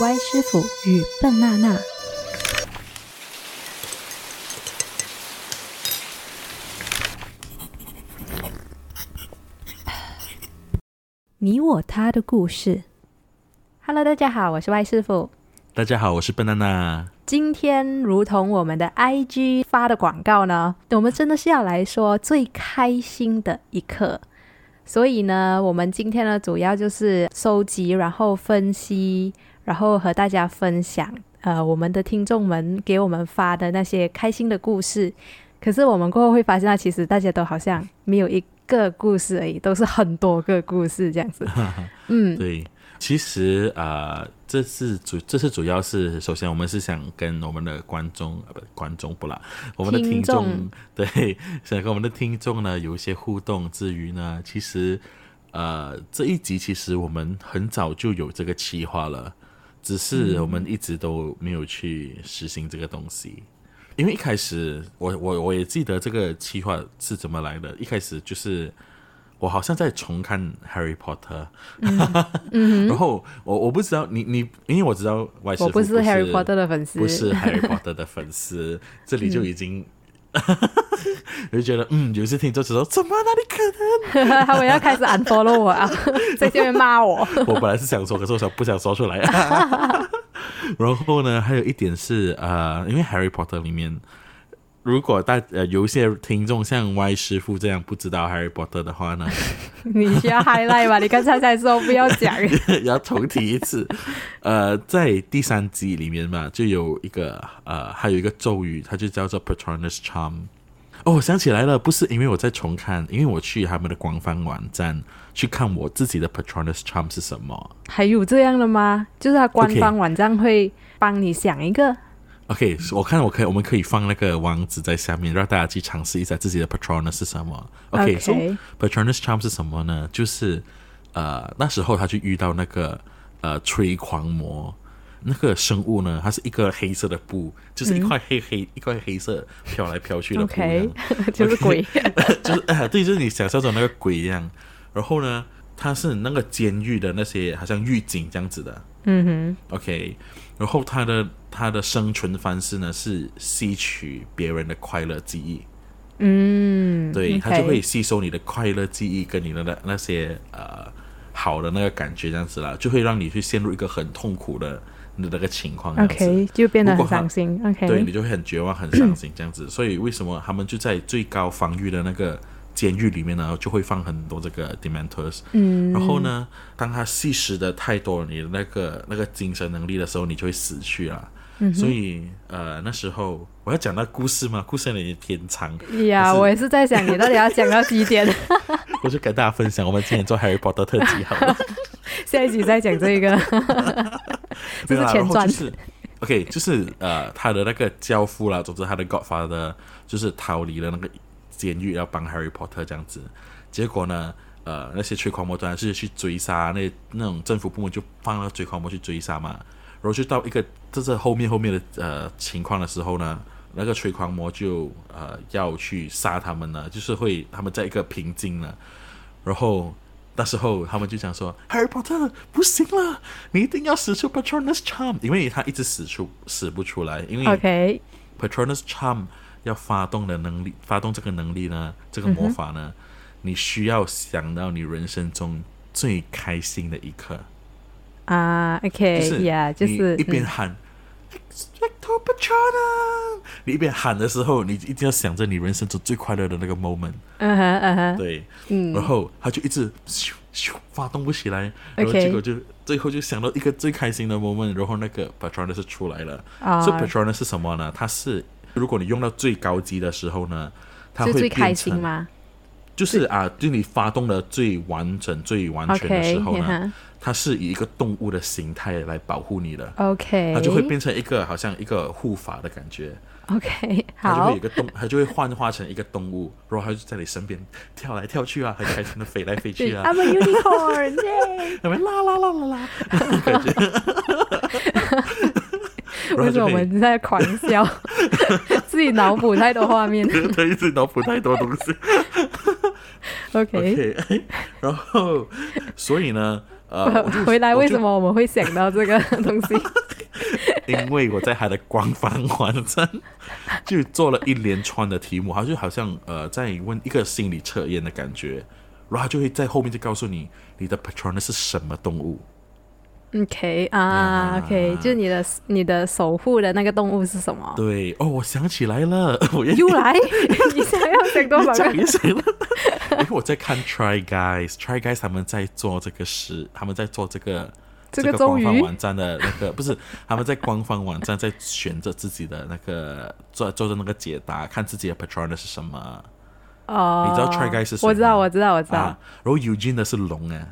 歪师傅与笨娜娜。你我他的故事。Hello，大家好，我是歪师傅。大家好，我是笨娜娜。今天如同我们的 IG 发的广告呢，我们真的是要来说最开心的一刻。所以呢，我们今天呢，主要就是收集，然后分析，然后和大家分享，呃，我们的听众们给我们发的那些开心的故事。可是我们过后会发现啊，其实大家都好像没有一个故事而已，都是很多个故事这样子。啊嗯，对，其实啊、呃这次主这次主要是，首先我们是想跟我们的观众，呃不，观众不啦，我们的听听众众，对，想跟我们的听众呢有一些互动。至于呢，其实呃这一集其实我们很早就有这个企划了，只嗯是我们一直都没有去实行这个东西。因为一开始我我我也记得这个企划是怎么来的，一开始就是我好像在重看《Harry Potter》然嗯后我我不知道你你，因为我知道外师我傅不不是 Harry Potter 的嗯粉丝，不是 Harry Potter 的粉丝，这里就已经。 我就觉得，嗯，有一些听众就说怎么哪里可 能？他们要开始 unfollow 我 啊，在下面骂我。我本来是想说，可是我想不想说出来。然后呢，还有一点是，呃，因为 Harry Potter 里面，如果大呃有一些听众像 Y 师傅这样不知道 Harry Potter 的话呢，你需要 highlight 吧？你刚才才说不要 讲，要重提一次。呃，在第三集里面嘛，就有一个呃，还有一个咒语，它就叫做 Patronus Charm。哦，我想起来了，不是因为我在重看，因为我去他们的官方网站去看我自己的 Patronus Charm 是什么。还有这样的吗？就是他官方网站会帮你想一个 OK，我看我可以，我们可以放那个网址在下面，让大家去尝试一下自己的 Patronus 是什么。 OK OK，so、Patronus Charm 是什么呢？就是呃，那时候他去遇到那个呃吹狂魔那个生物呢，它是一个黑色的布，就是一块黑黑、一块黑色飘来飘去的布这样嗯 OK，就是鬼。就是 啊，对，就是你想象中那个鬼一样。然后呢，它是那个监狱的那些好像狱警这样子的。嗯 OK，然后它的它的生存方式呢是吸取别人的快乐记忆。哼，嗯，对，它 OK 就会吸收你的快乐记忆跟你的那那些呃好的那个感觉，这样子啦，就会让你去陷入一个很痛苦的那那个情况。这样子 OK 就变得如很果他伤心。OK，对你就会很绝望、很伤心这样子。所以为什么他们就在最高防御的那个监狱里面呢，就会放很多这个 dementors。嗯，然后呢，当他吸食的太多你的那个那个精神能力的时候，你就会死去了。嗯所以呃，那时候我要讲那故事嘛，故事有点偏长，呀，可是我也是在想你到底要讲到几 点，我就跟大家分享我们今天做 Harry Potter 特辑好了，下一集再讲这 个。这是没有啦前然后传就是。OK，就是呃，他的那个教父啦，总之他的 Godfather 就是逃离了那个监狱，要帮 Harry Potter 这样子。结果呢，呃，那些吹狂魔当然是去追杀那那种政府部门，就放了追狂魔去追杀嘛。然后就到一个这是后面后面的呃情况的时候呢，那个吹狂魔就呃要去杀他们了，就是会他们在一个平静了，然后那时候他们就讲说，Harry Potter 不行了，你一定要使出 Patronus Charm，因为他一直使出使不出来，因为 OK， Patronus Charm 要发动的能力，发动这个能力呢，这个魔法嗯呢，你需要想到你人生中最开心的一刻，啊就是，OK，呀，就你是一边嗯喊。Expecto Patronum！你一边喊的时候，你一定要想着你人生中最快乐的那个 moment。嗯哼嗯哼，对，然后他就一直咻咻发动不起来，然后 OK 结果就最后就想到一个最开心的 moment，然后那个 Patronus 出来了。啊所以 Patronus 是什么呢？它是如果你用到最高级的时候呢，它会就最变成开心嘛。就是啊，就你发动的最完整、最完全的 OK，时候嗯哼呢，它是以一个动物的形态来保护你嗯的， OK，它就会变成一个好像一个护法的感觉。 OK，它就会好有一，个动， 它就会幻化成一个动物，然后它就在你身边跳来跳去啊， 很开心的飞来飞去啊， I'm a unicorn，耶！那边啦啦啦啦 啦，感觉。然 为后什就么我可以们在狂 笑？ 自己脑补太多画面。对，一直脑补太多东 西。 OK， OK，然后所以呢，呃，我 就回来我为就什么我们会想到这个 东西？因为我在他的官方网站 就做了一连串的题目，他就好像呃在问一个心理测验的感觉，然后他就会在后面就告诉你你的 patronus 是什么动物。 OK 啊啊，OK，就你的你的守护的那个动物是什么？对哦，我想起来了，我也 又来， 你想要想多少这样个？也行了。 因为我在看 Try Guys，Try Guys 他们在做这个事，他们在做这个 这个个官终方于网站的那个，不是他们在官方网站在选择自己的那个做做的那个解答，看自己的 patron 是什么。哦，你知道 Try Guys 是谁吗我知道，我知道，我知道。啊，然后 Eugene 的是龙啊，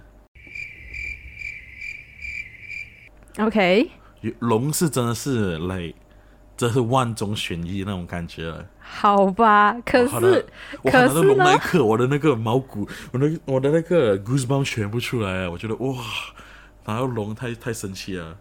OK，龙是真的是 like，这是万中选一那种感觉了。好吧，可哦好的是，我可看到是龙那一呢，刻，我的那个毛骨，我的我的那个 goosebump 全部出来了，啊我觉得哇，然后龙太太神奇了，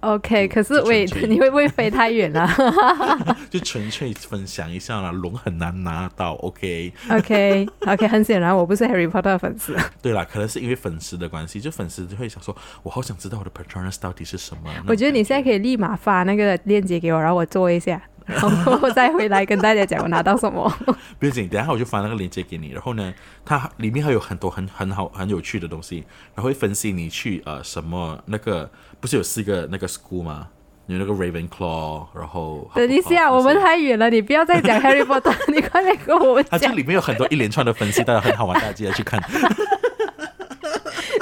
OK，可是就喂纯，粹你会不会飞太远啊了 就纯粹分享一下啦，龙很难拿到，OK。 ？OK，OK，、很显然我不是 Harry Potter 的 粉丝。对啦，可能是因为粉丝的关系，就粉丝就会想说，我好想知道我的 patronus 到底是什么。我觉得你现在可以立马发那个链接给我，然后我做一下，然后我再回来跟大家讲我拿到什么。不用紧，等一下我就发那个链接给你。然后呢，它里面还有很多很很好很有趣的东西，然后会分析你去呃什么那个不是有四个那个 school 吗？有那个 Ravenclaw，然后等一下， Hufflepuff 我们那些太远了，你不要再 讲 Harry Potter，你快点跟我们它这讲，里面有很多一连串的分析，大家很好玩，大家记得去 看。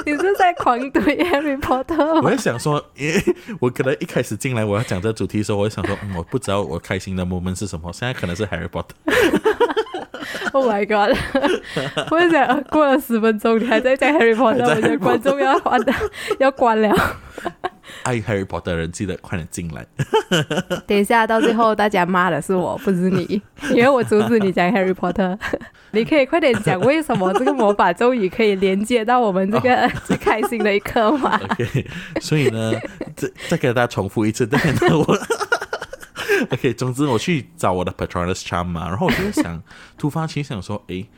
你是在狂怼 Harry Potter 我吗？在想说， 诶，我可能一开始进来我要讲这主题的时候，我就想说，嗯，我不知道我开心的 moment 是什么，现在可能是 Harry Potter。 Oh my god！我就想、呃过了十分钟，你还在讲 Harry Potter，我觉还在得 Harry 观众要关的 要关了。爱 Harry Potter 的人记得快点进来。等一下，到最后大家骂的是我，不是 你，因为我阻止你 讲 Harry Potter。你可以快点讲为什么这个魔法咒语可以连接到我们这 个最开心的一刻吗？ OK，所以呢，再再给大家重复一次，但是呢我 OK，总之我去找我的 Patronus Charm 嘛，然后我就在想，突发奇想说，诶，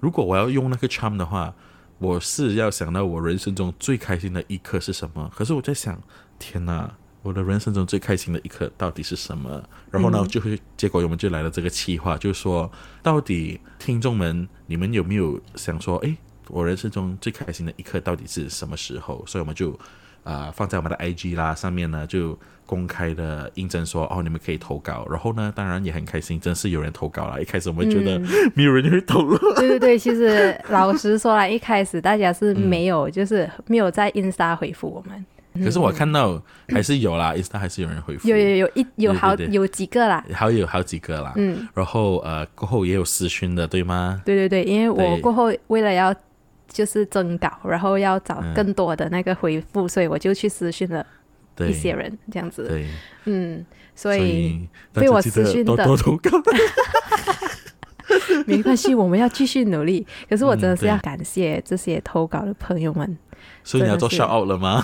如果我要用那个 Charm 的话，我是要想到我人生中最开心的一刻是什么？可是我在想，天哪！我的人生中最开心的一刻到底是什么？然后呢，就会结果我们就来了这个企划，就是说，到底听众们，你们有没有想说，诶，我人生中最开心的一刻到底是什么时候？所以我们就呃放在我们的 IG 啦上面呢，就公开的应征说哦，你们可以投稿。然后呢，当然也很开心，真是有人投稿了。一开始我们觉得没有人会投了， 对对对，其实老实说啦，一开始大家是没有，就是没有在 Insta 回复我们，可是我看到还是有啦，Insta 还是有人回嗯复，有有有一有对好对有几个啦。还有好几个啦。嗯，然后呃过后也有私讯的，对吗？对对对，因为我对过后为了要就是征稿，然后要找更多的那个回复，所以我就去私讯了对，一些人，这样子。对，嗯，所所以以大被家我记私得讯多的多投 稿。没关系，我们要继续努力。可是我真的是嗯要感谢这些投稿的朋友们。 所以你要真的做是 shout out 了吗？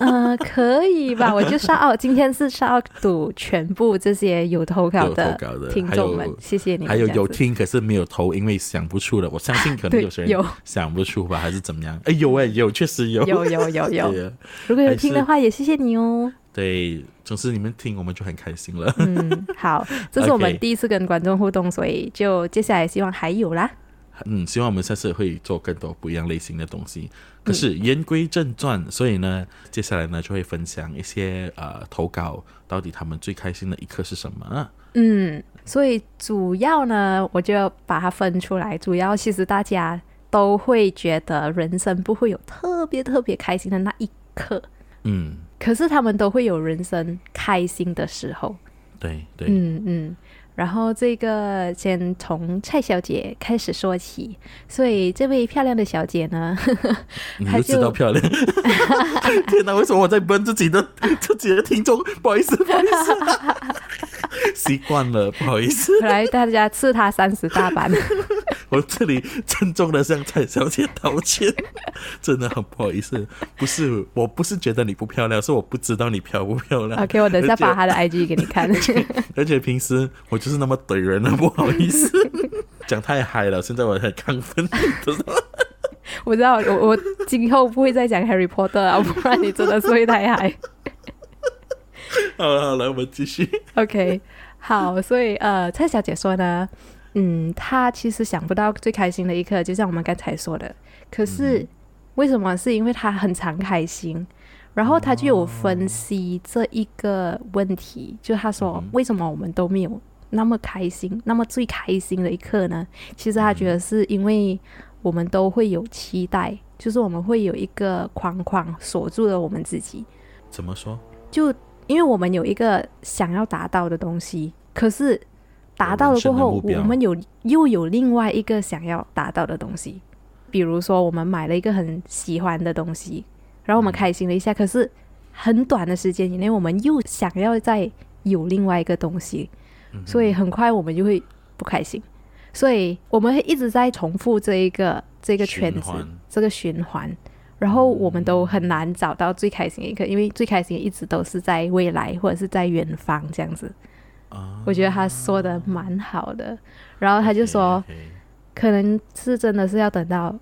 嗯、可以吧？我就上奥，今天是上奥赌全部这些有投稿有投的稿的听众们还有，谢谢你们还这有样子。有听可是没有投，因为想不出的，我相信可能对有些 有人想不出吧，还是怎么样？哎，有哎，有，确实有，有有有有 对呀如果有还听是的话，也谢谢你哦。对，总之你们听我们就很开心了。嗯， 好，这是我们 OK 第一次跟观众互动，所以就接下来希望还有啦。嗯，希望我们下次会做更多不一样类型的东西。嗯可是言归正传，所以呢，接下来呢就会分享一些呃投稿，到底他们最开心的一刻是什么？嗯，所以主要呢，我就要把它分出来。主要其实大家都会觉得人生不会有特别特别开心的那一刻，嗯，可是他们都会有人生开心的时候。对对，嗯嗯。然后这个先从蔡小姐开始说起，所以这位漂亮的小姐呢， 你还就知道就漂亮。 天哪，为什么我在崩自己的自己的听众？不好意思， 不好意思，习惯了，不好意思，本来大家赐她三十大板，我这里郑重的向蔡小姐道歉，真的很不好意思。不是，我不是觉得你不漂亮，是我不知道你漂不漂 亮。OK，我等下而且把她的 IG 给你 看。而且平时我就是那么怼啊人的，不好意思，讲太嗨了，现在我很亢奋。就是我知道，我我今后不会再讲 Harry Potter 啊，不然你真的是会太嗨。好了好了，我们继续。 OK，好，所以呃，蔡小姐说呢，嗯，她其实想不到最开心的一刻，就像我们刚才说的，可是、为什么？是因为她很常开心，然后她就有分析这一个问题，就她说为什么我们都没有那么开心，那么最开心的一刻呢？其实她觉得是因为我们都会有期待，就是我们会有一个框框锁住了我们自己，怎么说？就因为我们有一个想要达到的东西，可是达到了过我后们人生的目，标我们有又有另外一个想要达到的东西，比如说我们买了一个很喜欢的东西，然后我们开心了一下，可是很短的时间以内，我们又想要再有另外一个东西，嗯所以很快我们就会不开心，所以我们会一直在重复这一个这个圈循子环，这个循环。然后我们都很难找到最开心的一刻，因为最开心的一直都是在未来或者是在远方这样子。啊我觉得他说的蛮好的，然后他就说，可能是真的是要等到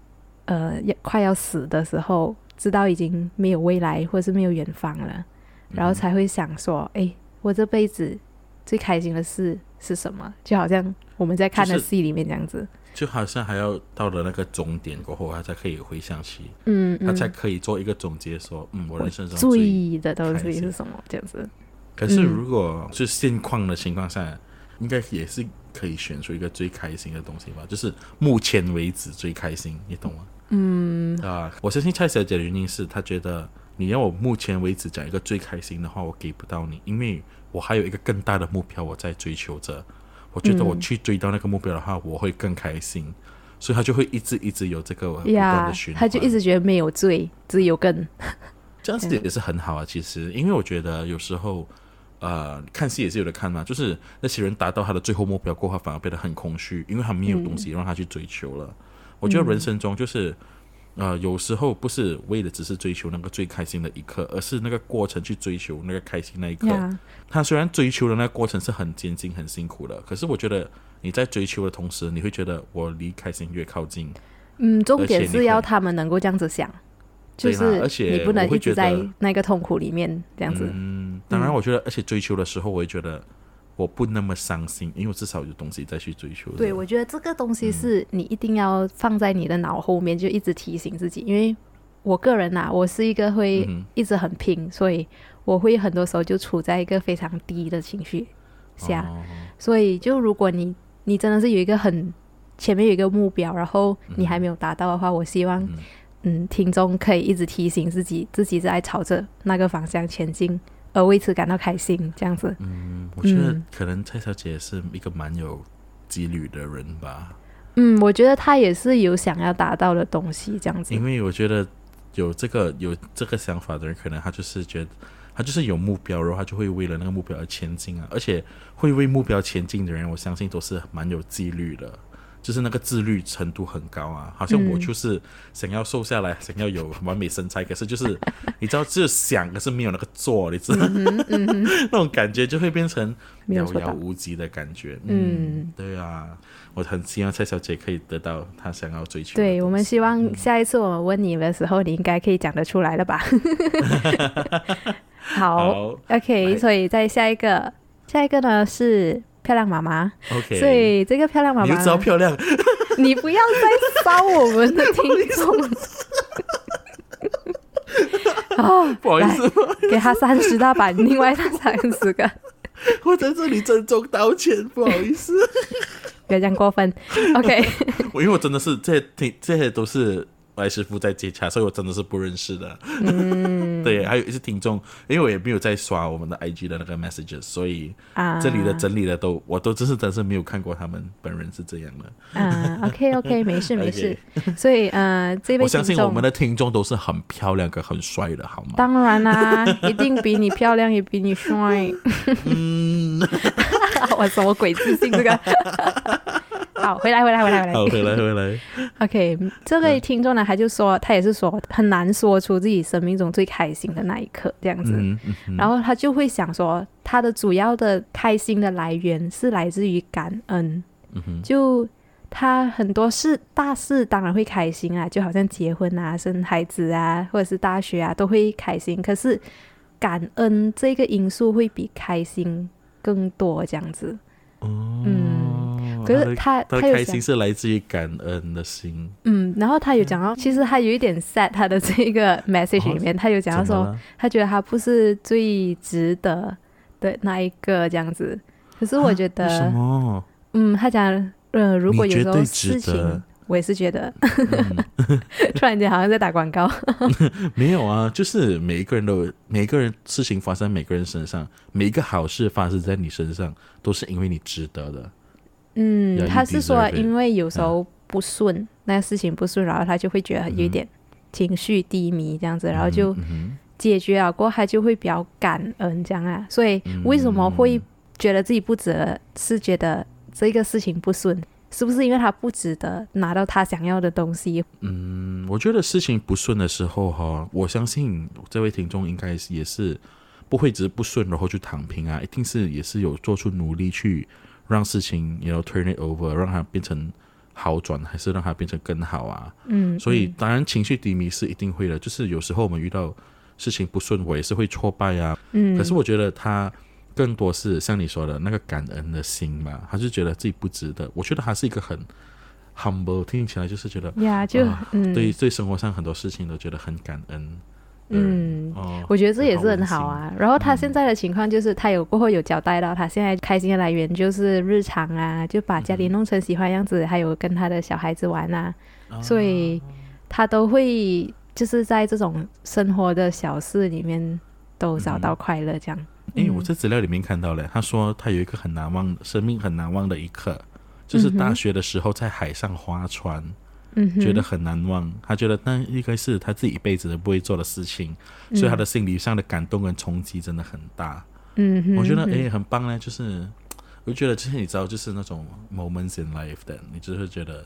呃要快要死的时候，知道已经没有未来或者是没有远方了，嗯然后才会想说，哎，我这辈子最开心的事是什么？就好像我们在看的就是戏里面这样子。就好像还要到了那个终点过后，他才可以回想起，嗯他嗯，才可以做一个总结，说，嗯，我人生中最。最的东开西心是什么？这样子。可是如果是现况的情况下，应该也是可以选出一个最开心的东西吧，就是目前为止最开心，你懂吗？嗯，啊，我相信蔡小姐的原因是她觉得你要我目前为止讲一个最开心的话，我给不到你，因为我还有一个更大的目标我在追求着。我觉得我去追到那个目标的话，我会更开心，所以她就会一直一直有这个不断呀的循环。他就一直觉得没有罪，只有更这样子也是很好啊。其实，因为我觉得有时候，呃，看戏也是有的看嘛，就是那些人达到他的最后目标过后，反而变得很空虚，因为他没有东西让他去追求了。我觉得人生中就是，呃，有时候不是为了只是追求那个最开心的一刻，而是那个过程去追求那个开心那一刻。呀，他虽然追求的那个过程是很艰辛、很辛苦的，可是我觉得你在追求的同时，你会觉得我离开心越靠近。嗯，重而点且你是要会他们能够这样子想，就对啦是而且你不能我会一直觉在得那个痛苦里面这样子。嗯，当然，我觉得，而且追求的时候，我也觉得我不那么伤心，因为我至少有东西再去追求的。对，我觉得这个东嗯西是你一定要放在你的脑后面，就一直提醒自己。因为我个人呐、啊我是一个会嗯哼一直很拼，所以我会很多时候就处在一个非常低的情绪下。哦所以，就如果你你真的是有一个很前面有一个目标，然后你还没有达到的话，我希望嗯嗯，听众可以一直提醒自己，自己在朝着那个方向前进，而为此感到开心，这样子。嗯，我觉得嗯可能蔡小姐是一个蛮有纪律的人吧，嗯，我觉得他也是有想要达到的东西，这样子因。为我觉得有这个有这个想法的人，可能他就是觉得。他就是有目标，然后他就会为了那个目标而前进啊！而且会为目标前进的人，我相信都是蛮有纪律的，就是那个自律程度很高啊。好像我嗯就是想要瘦下来，想要有完美身材，可是就是 你知道，只有想，可是没有那个做，你知道，嗯那种感觉就会变成没有遥做到遥无期的感觉。嗯嗯，对啊，我很希望蔡小姐可以得到她想要追求的东西。嗯对，我们希望下一次我们问你的时候，你应该可以讲得出来了 吧？好好 o k 来所以在下一个，下一个呢是漂亮妈妈。 ，OK，所以这个漂亮妈你妈又呢，知道漂 亮，你不要再骚我们的听众 了哦，不好意思，给他三十大板，另外他三十个，我在这里郑重道 歉，不好意思，不要这样过分。OK，我因为我真的是这些听这些都是白师傅在接洽，所以我真的是不认识的。嗯， 对，还有一些听众，因为我也没有在刷我们的 IG 的那个 messages，所以啊，这里的整理的都我都真是真是没有看过他们本人是这样的。啊，OK OK，没 事没事。所以呃，这位听我相信我众们，的听众都是很漂亮跟很帅的，好吗？当然啦、 一定比你漂亮，也比你帅。嗯， 我什么鬼自信这 个？好，嗯回来回来回来回来。好，回来回 来， OK，这位听众呢，他就说，他也是说很难说出自己生命中最开心的那一刻这样子，嗯嗯嗯然后他就会想说，他的主要的开心的来源是来自于感恩，嗯哼就他很多事大事当然会开心啊，就好像结婚啊、生孩子啊，或者是大学啊，都会开心。可是感恩这个因素会比开心更多，这样子。嗯可是他他的有开讲心，是来自于感恩的心。嗯，然后他有讲到，其实他有一点 sad，他的这个嗯哦 message 里面，他有讲到怎么说，了他觉得他不是最值得的那一个这样子。可是我觉啊为什得，么？嗯，他讲，呃，如果你有时绝候对事值情得，我也是觉得， 嗯 突然间好像在打广告。没有啊，就是每一个人都有，每一个人事情发生在每个人身上，每一个好事发生在你身上，都是因为你值得的。Yeah, 嗯， you 他是说， deserve it. 因为有时候不顺，那事情不顺，然后他就会觉得有一点情绪低迷这样子，然后就嗯哼解决了过后，他就会比较感恩这样啊。所以为什么会觉得自己不值得？是觉得这个事情不顺，是不是因为他不值得拿到他想要的东西？嗯，我觉得事情不顺的时候哈、我相信这位听众应该也是不会只是不顺然后就躺平啊，一定是也是有做出努力去让事情然后 turn it over，让它变成好转，还是让它变成更好啊。嗯，所以当然情绪低迷是一定会的，就是有时候我们遇到事情不顺，我也是会挫败啊。嗯，可是我觉得他更多是像你说的那个感恩的心吧，他就觉得自己不值得。我觉得他是一个很 humble，听起来就是觉得呀就、啊嗯对对生活上很多事情都觉得很感恩。嗯哦，我觉得这也是很好啊。然后他现在的情况就是，他有过后有交代到，他现在开心的来源就是日常啊，就把家里弄成喜欢样子，还有跟他的小孩子玩啊，啊所以他都会就是在这种生活的小事里面都找嗯到快乐，这样。诶，我在资料里面看到了，他说他有一个很难忘的生命很难忘的一刻，就是大学的时候在海上划船。嗯哼，觉得很难忘，他觉得那应该是他自己一辈子都不会做的事情，所以他的心理上的感动跟冲击真的很大。嗯哼，我觉得诶、很棒呢，就是我觉得就是你知道，就是那种 moments in life 的，你就是会觉得，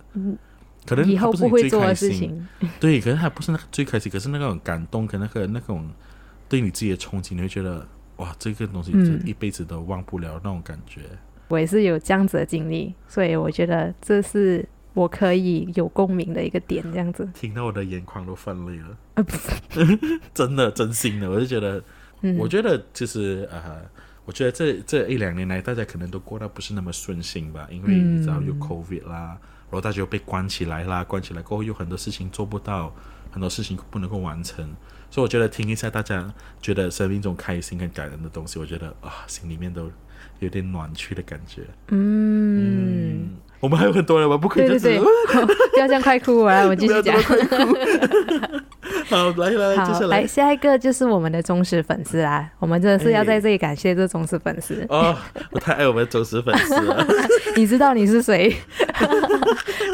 可能以后它不是你会最做的开事心，情，对，可是他不是那个最开心，可是那种感动跟那个那种对你自己的冲击，你会觉得哇，这个东西嗯真一辈子都忘不了那种感觉。我也是有这样子的经历，所以我觉得这是我可以有共鸣的一个点，这样子。听到我的眼眶都泛泪了，啊不是真的真心的，我就觉得。嗯，我觉得其实呃，我觉得这这一两年来，大家可能都过得不是那么顺心吧，因为嗯你知道有 COVID 啦，然后大家又被关起来啦，关起来过后有很多事情做不到，很多事情不能够完成，所以我觉得听一下大家觉得生命中开心跟感人的东西，我觉得啊，心里面都有点暖去的感觉。嗯。嗯，我们还有很多人，我们不可以对就对是 对，不要这样快哭啊！我继不续要这讲么。快哭。好，来来，接好下，来下一个就是我们的忠实粉丝啦，我们真的是要在这里感谢这忠实粉 丝。哦，我太爱我们忠实粉丝啊 了。你知道你是谁，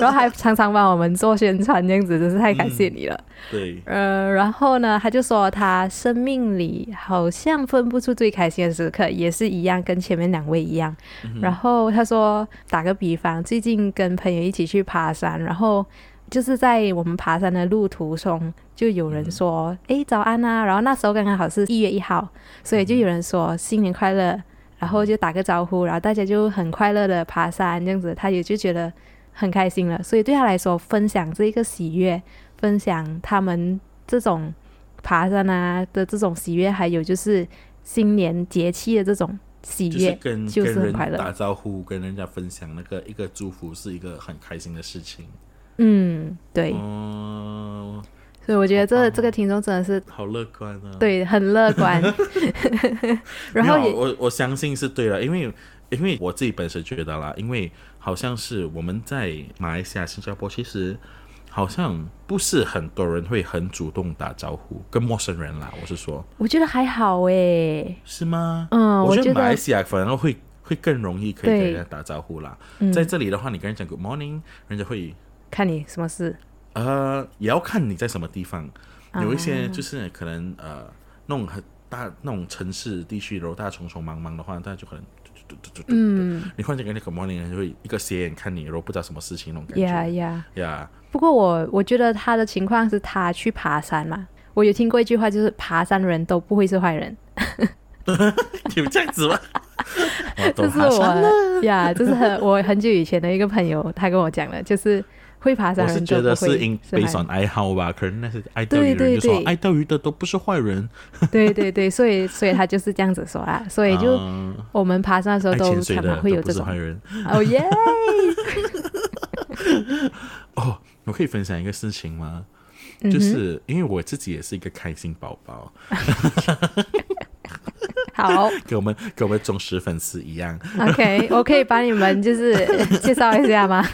然后还常常帮我们做宣传，这样子真是太感谢你了。对，呃，然后呢，他就说他生命里好像分不出最开心的时刻，也是一样，跟前面两位一样。然后他说，打个比方，最近跟朋友一起去爬山，然后就是在我们爬山的路途中，就有人说：“诶，早安啊！”然后那时候刚刚好是一月一号，所以就有人说“新年快乐”，然后就打个招呼，然后大家就很快乐的爬山这样子，他也就觉得很开心了。所以对他来说，分享这个喜悦，分享他们这种爬山啊的这种喜悦，还有就是新年节气的这种喜就是悦，跟就是跟很快乐人打招呼，跟人家分享那个一个祝福是一个很开心的事情。嗯，对。哦，所以我觉得这好棒哦这个听众真的是好乐观啊！，对很乐观， 然后也我我相信是对了，因为因为我自己本身觉得啦，因为好像是我们在马来西亚、新加坡，其实好像不是很多人会很主动打招呼跟陌生人啦。我是说，我觉得还好欸诶。是吗？嗯我我觉得得马来西亚反而会会更容易可以跟对嗯人家打招呼啦。在这里的话，你跟人讲 Good morning，人家会。看你什么事，呃，也要看你在什么地方。有一些啊就是可能呃，那种很大那种城市地区，然后大家匆匆忙忙的话，大家就可能嘟嘟嘟嘟嘟嘟嗯你换成跟那个 morning 人就会一个斜眼看你，然后不知道什么事情那种感呀觉。呀。呀，不过我我觉得他的情况是他去爬山嘛，我有听过一句话，就是爬山的人都不会是坏人。 有这样子吗？我这都是爬山了。我呀，这是很我很久以前的一个朋友，他跟我讲的，就是会爬山我的是人觉都得不是会因是悲吗爽爱好吧，可能那些爱钓鱼的对人就说对爱钓鱼的都不是坏人，对对对，所以所以他就是这样子说啦，所以就嗯我们爬山的时候爱都潜水常的常会有都不这是种坏人。哦耶，哦，我可以分享一个事情吗？嗯就哼是因为我自己也是一个开心宝宝，好跟我们跟我们忠实粉丝一样。 ，OK，我可以帮你们就是 介绍一下吗？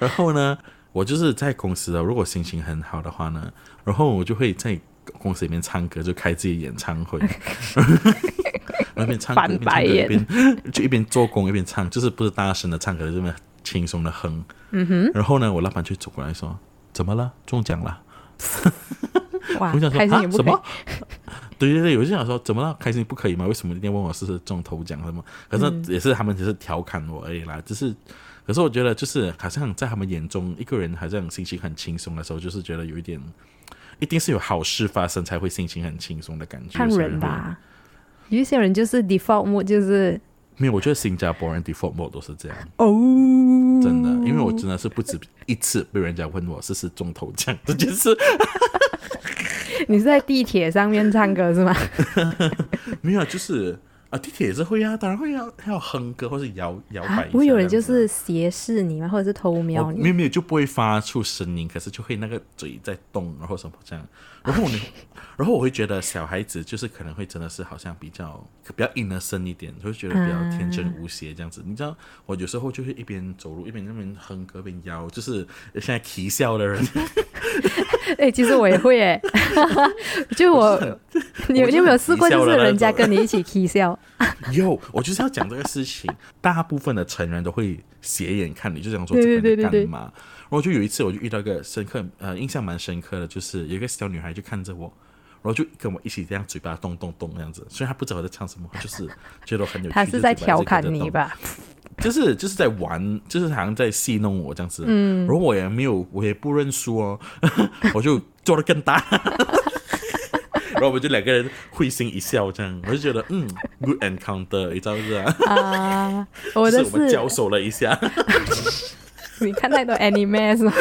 然后呢，我就是在公司的，如果心情很好的话呢，然后我就会在公司里面唱歌，就开自己演唱会，然后一边唱歌翻白一边唱歌一眼边就一边做工一边唱，就是不是大声的唱，可是这么轻松的哼。嗯哼。然后呢，我老板就走过来说：“怎么了？中奖了？”哇我想，说开心啊也，不什可以么？ 对对对，我就想说，怎么了？开心不可以吗？为什么一定要问我是不是中头奖什么？可嗯是也是他们只是调侃我而已啦，只是。可是我觉得，就是好像在他们眼中，一个人好像心情很轻松的时候，就是觉得有一点，一定是有好事发生才会心情很轻松的感觉。看所以人会吧。有一些人就是 default mode 就是没有，我觉得新加坡人 default mode 都是这样，哦， 真的，嗯因为我真的是不止一次被人家问我是不是中头奖这件事，你是在地铁上面唱歌 是吗？没有，就是啊，地铁也是会啊，当然会要还要哼歌或是摇摇摆一下这样啊子啊。不会有人就是斜视你吗？或者是偷瞄我你？没有没有哦就不会发出声音，可是就会那个嘴在动，然后什么这样，然后呢，然后我会 觉得小孩子就是可能会真的是好像比较比较 innocent 一点，就会觉得比较天真无邪这样子。你知道，我有时候就会一边走路一边那边哼歌一边摇，就是现在啼笑的人， 哎、其实我也会 哎、就我， 你有我就你是有没有试过，很皮笑就的是那人家种跟你一起 k 笑？有，我就是要讲这个事情。 大部分的成人都会斜眼看你，就想说对这个对人在对对干嘛。然后就有一次，我就遇到一个深刻，呃，印象蛮深刻的，就是有一个小女孩就看着我，然后就跟我一起这样嘴巴动动动这样子。虽然她不知道我在唱什么，就是觉得我很有趣。他就是嘴在巴一调直侃跟着你动？吧？就是就是在玩，就是好像在戏弄我这样子。嗯，然后我也没有，我也不认输哦， 我就做的更大。 然后我们就两个人会心一笑，这样我就觉得嗯，good encounter，你知道不知道？啊，我 就的是我们是交手了一下， 你看太多 anime 是吗？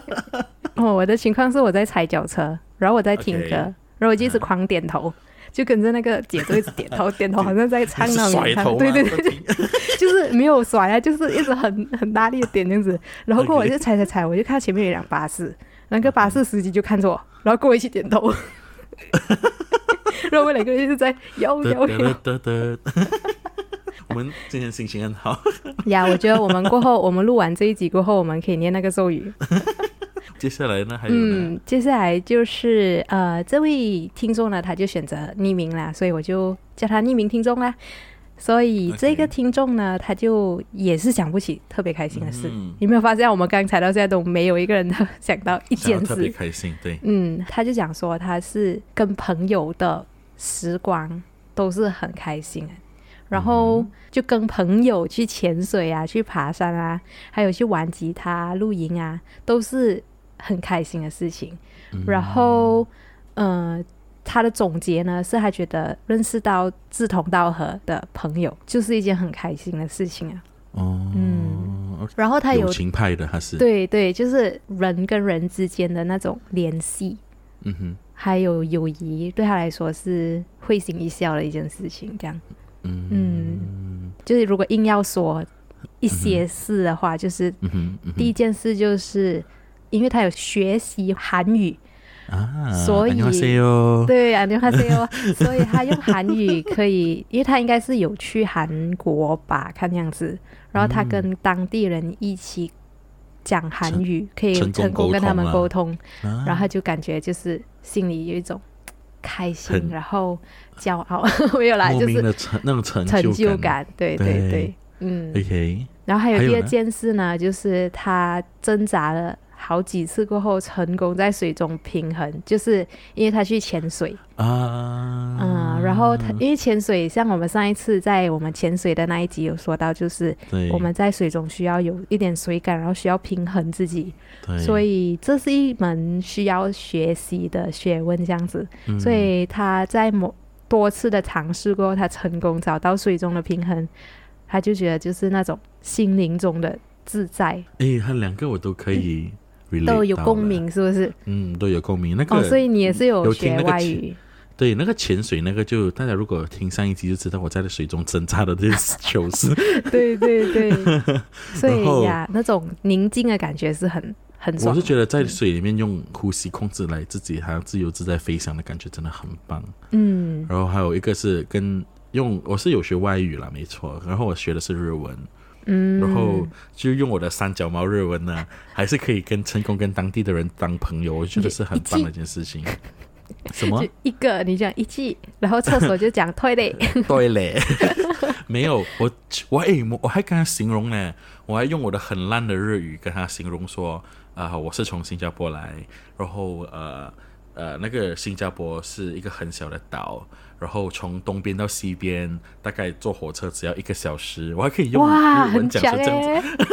哦，我的情况是我在踩脚车，然后我在听歌 OK 嗯然后我就一直狂点头。就跟着那个节奏一直点 头，点头好像在唱是那种甩演唱头吗？对对对，对， 就是没有甩啊，就是一直很 很大力的点这样子。然后过后我 OK 嗯就踩踩踩，我就看到前面有一辆巴士，那个巴士司机就看着我，然后跟我一起点 头。然后我们两个人一直在摇得摇摇得得得。 我们今天心情很好， 呀！我觉得我们过后，我们录完这一集过后，我们可以念那个咒语。接下来呢还有呢？嗯，接下来就是呃，这位听众呢，他就选择匿名啦，所以我就叫他匿名听众啦。所以 OK 这个听众呢，他就也是想不起特别开心的事。嗯你没有发现我们刚才到现在都没有一个人他 想到一想要件特别事？开心，对，嗯，他就讲说他是跟朋友的时光都是很开心的，然嗯后就跟朋友去潜水啊，去爬山啊，还有去玩吉他、露营啊，都是很开心的事情。嗯然后，呃，他的总结呢是他觉得认识到志同道合的朋友就是一件很开心的事情啊。哦，嗯 OK，然后他有友情派的还是，对对，就是人跟人之间的那种联系，嗯哼，还有友谊，对他来说是会心一笑的一件事情。这样，嗯嗯就是如果硬要说一些事的话，就是嗯哼，嗯哼第一件事就是，因为他有学习韩语，啊，所以哟， 对，啊안녕하세요。所 以他用韩语可以，因为他应该是有去韩国吧，看样子。然后他跟当地人一起讲韩语，可以嗯成功成功跟他们沟沟通，啊然后他就感觉就是心里有一种开心很，然后骄傲， 没有啦，莫就名是的成那种成成就感感。对对对对，嗯。 ，OK，然后还有还有第二呢件事呢，就是他挣扎了好几次过后，成功在水中平衡，就是因为他去潜水。啊，嗯，然后它因为潜水，像我们上一次在我们潜水的那一集有说到，就是对，我们在水中需要有一点水感，然后需要平衡自己，对，所以这是一门需要学习的学问，这样子。嗯所以他在某多次的尝试过后，他成功找到水中的平衡，他就觉得就是那种心灵中的自在，诶，哎他两个我都可以 relate 嗯都有到共了，鸣，是不是？嗯，都有共鸣。那个、哦，所以你也是有有听学那个外琴语，对那个潜水那个就，大家如果听上一集就知道我在水中挣扎的这些糗 事。对对 对，所然后以呀，那种宁静的感觉是很很我爽是。觉得在水里面用呼吸控制来自己，还有自由自在飞翔的感觉真的很棒。嗯，然后还有一个是跟用，我是有学外语啦，没错。然后我学的是日文，嗯，然后就用我的三脚猫日文呢， 还是可以跟成功跟当地的人当朋友，我觉得是很棒的一件事情。什么嗯就？一个你讲一季，然后厕所就讲退 嘞， 对嘞，没有我我诶、我我还跟他形容呢，我还用我的很烂的日语跟他形容说，啊、我是从新加坡来，然后呃呃，那个新加坡是一个很小的岛，然后从东边到西边大概坐火车只要一个小时，我还可以用哇，日很文讲强成这样子。哎、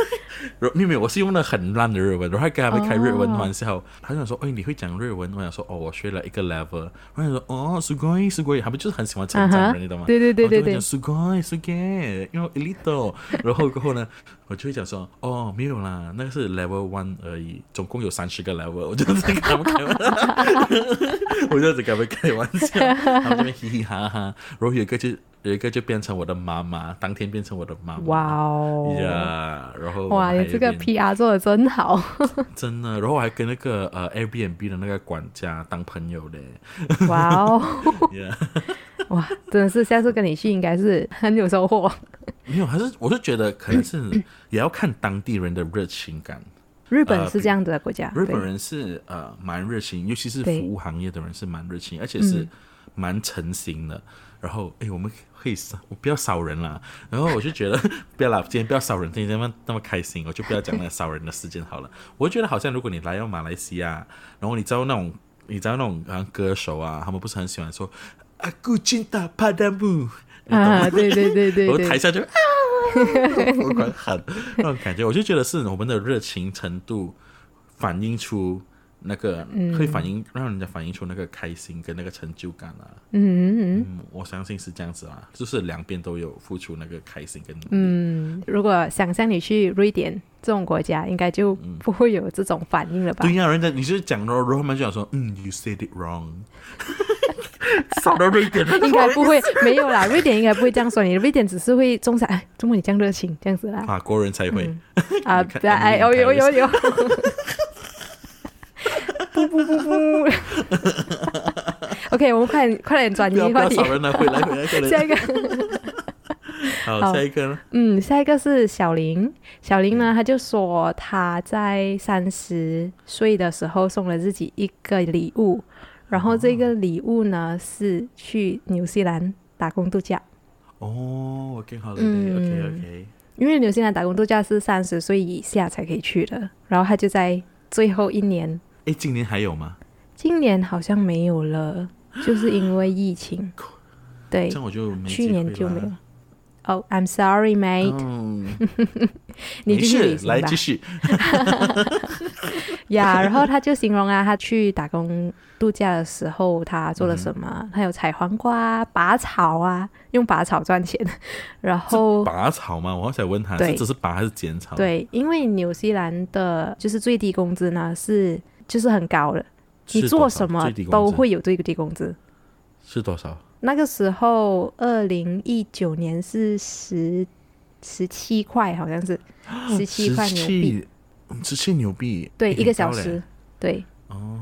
然后没有没有，我是用了很烂的日文，然后还跟他们开日文哦玩笑。他就想说：“哎，你会讲日文？”我想说：“哦，我学了一个 level。”我想说：“哦，すごいすごい。”他们就是很喜欢成啊长哈人，你懂吗？对对对对对然后就会讲すごいすごい，因为 a little。然后过后呢，我就会讲说：“哦，没有啦，那个是 level one 而已，总共有三十个 level。”我就是跟他们开玩笑，我就是跟他们开玩笑，他们这边嘻嘻哈哈。然后有一个就有一个就变成我的妈妈，当天变成我的妈妈。哇哦呀然后我哇，还你有这个点 PR 做的真 好，真的，然后我还跟那个呃 Airbnb 的那个管家当朋友嘞。哇哦， Yeah 哇，真的是下次跟你去应该是很有收获。没有，还是我就觉得可能是 也要看当地人的热情感。日本呃是这样子的国家，日本对人是呃蛮热情，尤其是对嗯服务行业的人是蛮热情，而且是蛮诚心的。然后哎，我们可以少，我不要少人啦。然后我就觉得 不要啦，今天不要少人，今天那么那么开心，我就不要讲那少人的事件好了。我觉得好像如果你来到马来西亚，然后你知道那种你知道那种好像歌手啊，他们不是很喜欢说啊 g u n padamu。啊，对对 对对然后对台，下就啊，疯狂喊那种感觉，我就觉得是我们的热情程度反映出那个，嗯会反映让人家反映出那个开心跟那个成就感啊。嗯嗯嗯嗯，我相信是这样子啊，就是两边都有付出那个开心跟努力。嗯，如果想象你去瑞典这种国家，应该就不会有这种反应了吧对？呀、人家你就讲咯，然后他们就想说，嗯，you said it wrong，少了瑞 典人，应该不会，没有啦，瑞典应该不会这样说你，瑞典只是会中想，哎，怎么你这样热情这样子 啦？法国人才会。啊，看对啊，哎，有 Emily 有 in 有 有，不不不 不，OK，我们快点快点转不要移不话要题少，人了，回来回来 回下来。一个，好，好下一个呢？嗯，下一个是小林，小林嗯呢，他就说他在三十岁的时候送了自己一个礼物，然后这个礼物呢是去纽西兰打工度假。哦，我更好了嗯，OK OK。因为纽西兰打工度假是三十岁以下才可以去的，然后他就在最后一年，哎，今年还有吗？今年好像没有了，就是因为疫情。对这，样我就没哎去机会年就啦没有。哦、i m sorry, mate，、嗯，你没继续事旅行来吧继。续。 呀然后他就形容啊，他去打工度假的时候，他做了什么？嗯他有采黄瓜、啊、拔草啊，用拔草赚钱。 然后拔草吗？我好想问他，对是只是拔还是剪草？，对，因为纽西兰的就是最低工资呢是就是很高的，你做什么最低工都资会有最低工资。是多少？那个时候，二零一九年是十十七块，好像 是十七块纽币， 17，十七牛币，对，诶一个小。很高嘞哦时，对。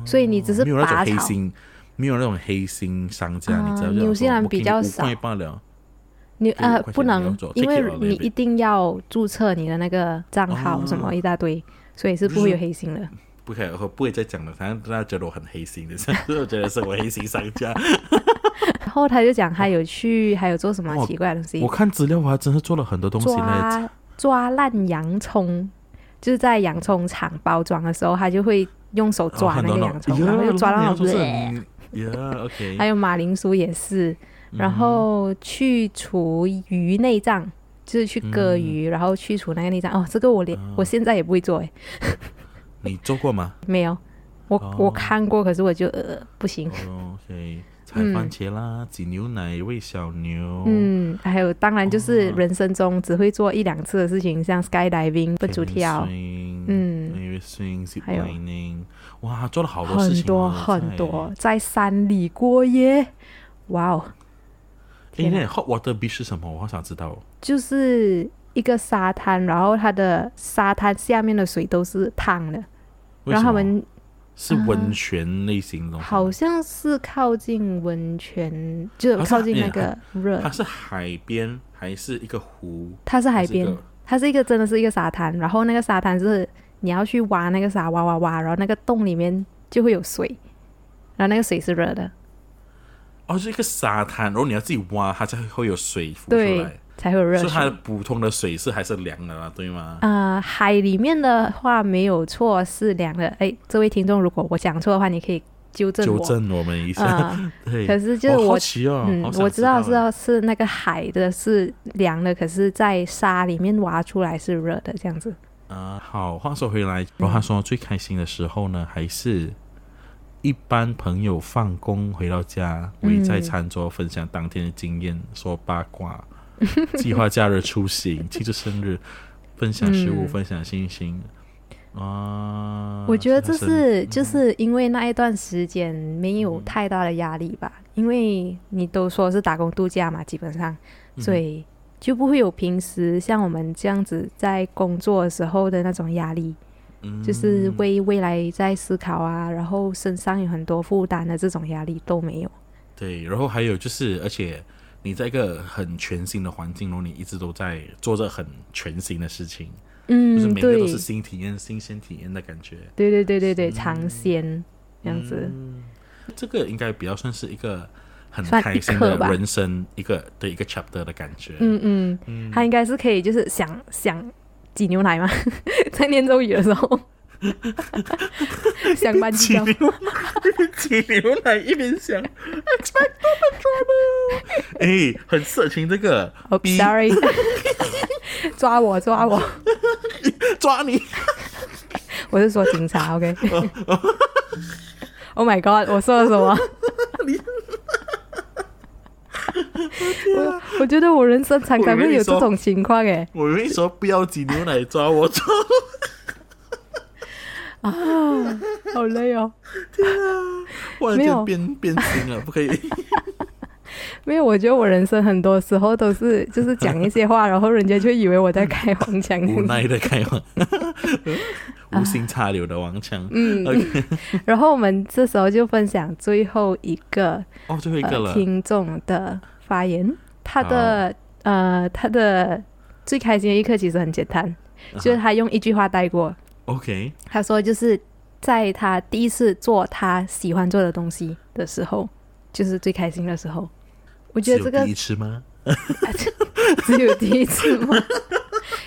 所以你只是没有那拔种黑草，心，没有那种黑心商家，啊你知道这样说纽西兰比较少我给你五块罢了。你对呃五块钱不你能要做，因 take 为 it or leave 你一定要注册你的那个账号哦什么一大堆，所以是不会有黑心的。不可以，我不会再讲了。反正大家觉得我很黑心的， 所以我觉得是我黑心商 家。然后他就讲他有去，还有做什么哦奇怪的东西我，看资料，我还真是做了很多东西嘞。抓抓烂洋葱，就是在洋葱厂包装的时候，他就会用手抓那个啊洋葱，然后就抓到哦洋那葱种是嗯 bleh。很。Yeah，OK。 还有马铃薯也是，然后去除鱼内脏，就是去嗯割鱼，然后去除那个内脏。哦，这个我连、我现在也不会做，哎，你做过吗？没有，我、哦我看过，可是我就呃不行。哦 OK，采番茄啦，挤牛奶喂小牛，嗯，还有当然就是哦人生中只会做一两次的事情，像 skydiving 蹦竹跳，嗯啊嗯 a i r swing、zip 还有 lining，哇，他做了好多事很情多哦，很在多，。在山里过夜，哇哦，诶，天哪哎那 hot water beach 是什么？我好想知道哦。就是一个沙滩，然后它的沙滩下面的水都是烫的，为然后什他么们嗯是温泉类型的东西吗，好像是靠近温泉，就好像靠近那个热它，是海边还是一个湖？它是海还是一边个，它是一个真的是一个沙滩，然后那个沙滩是你要去挖那个沙，挖挖挖，然后那个洞里面就会有水，然后那个水是热的，哦，是一个沙滩，然后你要自己挖，它才会有水浮出对来。，才会有热所以它水的。普通的水是还是凉的啦，对吗？啊、海里面的话没有错是凉的。哎，这位听众，如果我讲错的话，你可以纠正纠我。正我们一下。啊、 对，可是就是哦我好奇哦，嗯好，想我知道知知道是那个海的是凉的，可是在沙里面挖出来是热的，这样子。啊、好，话说回来，嗯然后他说最开心的时候呢，还是一般朋友放工回到家，围在餐桌分享当天的经验，说八卦， 计划假日出行，庆祝生日，分享食物，嗯分享心情。啊，我觉得他这生是嗯就是因为那一段时间没有太大的压力吧，因为你都说是打工度假嘛，基本嗯上，所以就不会有平时像我们这样子在工作的时候的那种压力，就是嗯为未来在思考啊，然后身上有很多负担的这种压力都没有。对，然后还有就是，而且你在一个很全新的环境，然后你一直都在做着很全新的事情，就是嗯，每个对都，是嗯新体验、新鲜体验的感觉。对对对对对，尝鲜这样子。嗯这个应该比较算是一个很算开一心课的吧人生一个的一个 chapter 的感觉。嗯嗯，他应该是可以，就是想想挤牛奶嘛， 在念咒语的时候，想搬挤 家牛，挤牛奶一边 想 expect the trouble，哎，很色情这个，哦、逼 s o r r y 抓我抓我，抓你！我是说警察，OK。Oh my god！我说了什 么？我我觉得我人生常常会有这种情况哎我跟你说，不要挤牛奶，抓我抓我！啊，好累哦。忽然没间有变变心了，不可以。没有，我觉得我人生很多时候都是就是讲一些话，然后人家就以为我在开黄腔。无奈的开 网，无心插柳的王强。啊嗯 OK， 然后我们这时候就分享最后一个哦，最后一个呃了。听众的发言，他的呃他的最开心的一刻其实很简单，就是他用一句话带过， OK，他说就是在他第一次做他喜欢做的东西的时候，就是最开心的时候。我我觉得这个第一次吗？只有第一次 吗？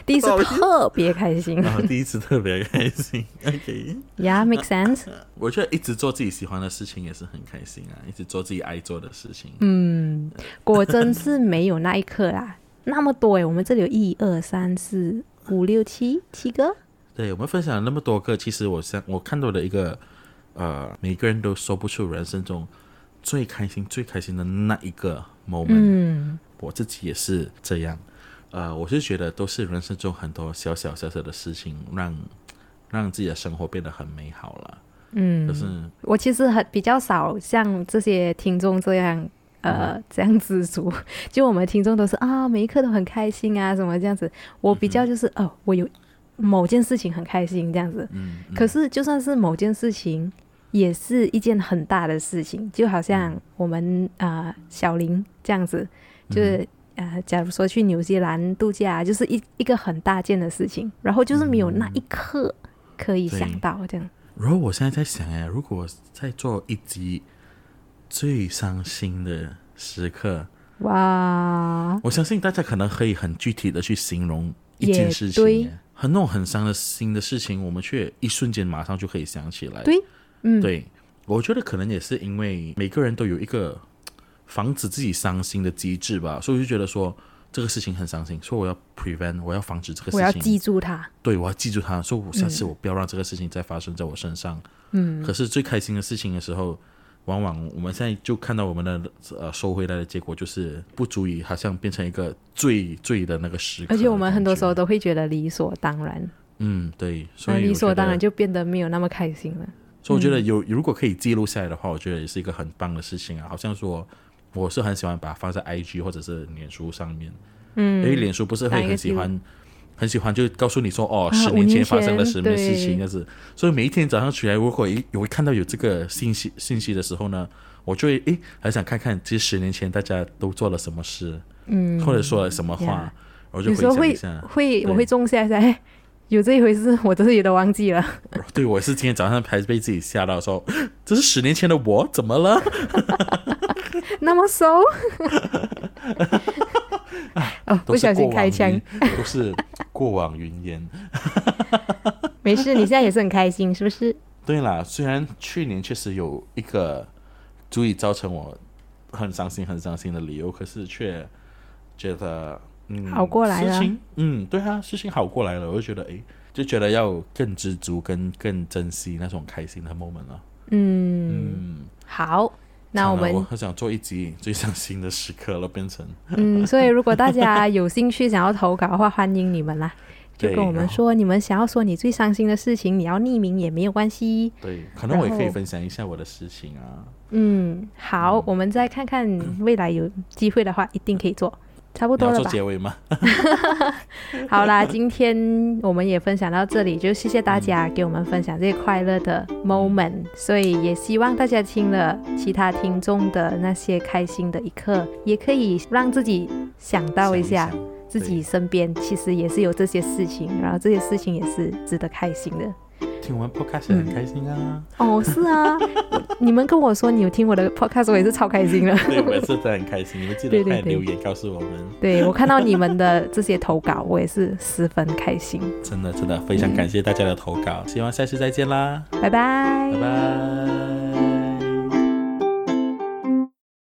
第一次不好意思特别开心然后第一次特别开心。OK， ，Yeah，make sense。我觉得一直做自己喜欢的事情也是很开心啊，一直做自己爱做的事情。啊嗯，果真是没有那一刻啦，那么多诶，欸我们这里有一二三四五六七七个，对我们分享了那么多个，其实我像我看到的一个，呃，每个人都说不出人生中最开心、最开心的那一个 moment。嗯我自己也是这样，呃，我是觉得都是人生中很多小小小小的事情让，让自己的生活变得很美好了。嗯可，是我其实很比较少像这些听众这样。嗯呃，这样知足， 就我们听众都是啊，每一刻都很开心啊，什么这样子。我比嗯较就是、哦，我有某件事情很开心这样子。嗯，嗯可是就算是某件事情，也是一件很大的事情，就好嗯像我们啊、呃小林这样子，就是、呃假如说去纽西兰度假，就是一一个很大件的事情，然后就是没有那嗯一刻可以想到这样。然后我现在在想，哎，如果再做一集最伤心的时刻，哇，我相信大家可能可以很具体的去形容一件也事情对耶，很那种很伤的心的事情，我们却一瞬间马上就可以想起来。对，嗯，对，我觉得可能也是因为每个人都有一个防止自己伤心的机制吧，所以我就觉得说这个事情很伤心，所以我要 prevent，我要防止这个我要事情，记住它。对我要记住它，所以我下次我不要让这个事情再发生在我身上。嗯，可是最开心的事情的时候，往往我们现在就看到我们的呃收回来的结果，就是不足以好像变成一个最最的那个时刻的而感觉。且我们很多时候都会觉得理所当然，嗯对，所那以理我所觉当得然就变得没有那么开心了。所以我觉嗯得有如果可以记录下来的话，我觉得也是一个很棒的事情啊。好像说，我是很喜欢把它放在 IG 或者是脸书上面，嗯，因为脸书不是哪会一个很喜记录欢，很喜欢就告诉你说，哦，啊十五年年前发生了前什么事对情，但是，所以每一天早上起来，如果一有看到有这个信息信息的时候呢，我就会诶很想看看，这十年前大家都做了什么事，嗯，或者说了什么话 Yeah，我就有回时候想一会下。哦会我对会种下一下，哎，有这一回事，我自己都忘记了。 对，我是今天早上还被自己吓到说，这是十年前的我，怎么了？那么 熟，哦，都 不是小心过往开枪云， 都是过往云烟。没事，你现在也是很开心，是不 是？对啦，虽然去年确实有一个足以造成我很伤心、很伤心的理由，可是却觉得嗯，好过来了事情嗯，对啊，事情好过来了，我就觉得诶，就觉得要更知足、跟更珍惜那种开心的 moment 了。嗯，好，那我惨了啊我们很想做一集最伤心的时刻了，变成 嗯，所以如果大家有兴趣想要投稿的话，欢迎你们啦。就对跟我们然后说，你们想要说你最伤心的事情，你要匿名也没有关系。对，可能我也可然以后分享一下我的事情啊。嗯，好，我们再看看未来有机会的话，一定可以做，差不你多要了做吧？结尾吗？好啦， 今天我们也分享到这里，就谢谢大家给我们分享这些快乐的 moment，所以也希望大家听了其他听众的那些开心的一刻，也可以让自己想到一下想想自己对身边其实也是有这些事情，然后这些事情也是值得开心的。听我们 podcast 也很开心啊。哦，是啊， 你们跟我说你有听我的 podcast，我也是超开心的。 对，我也是真的很开心。你们记对对得快点对留言告诉我们，对我看到你们的这些投稿，我也是十分开心。真的真的非常感谢大家的投稿，希望下次再见啦，拜拜拜拜。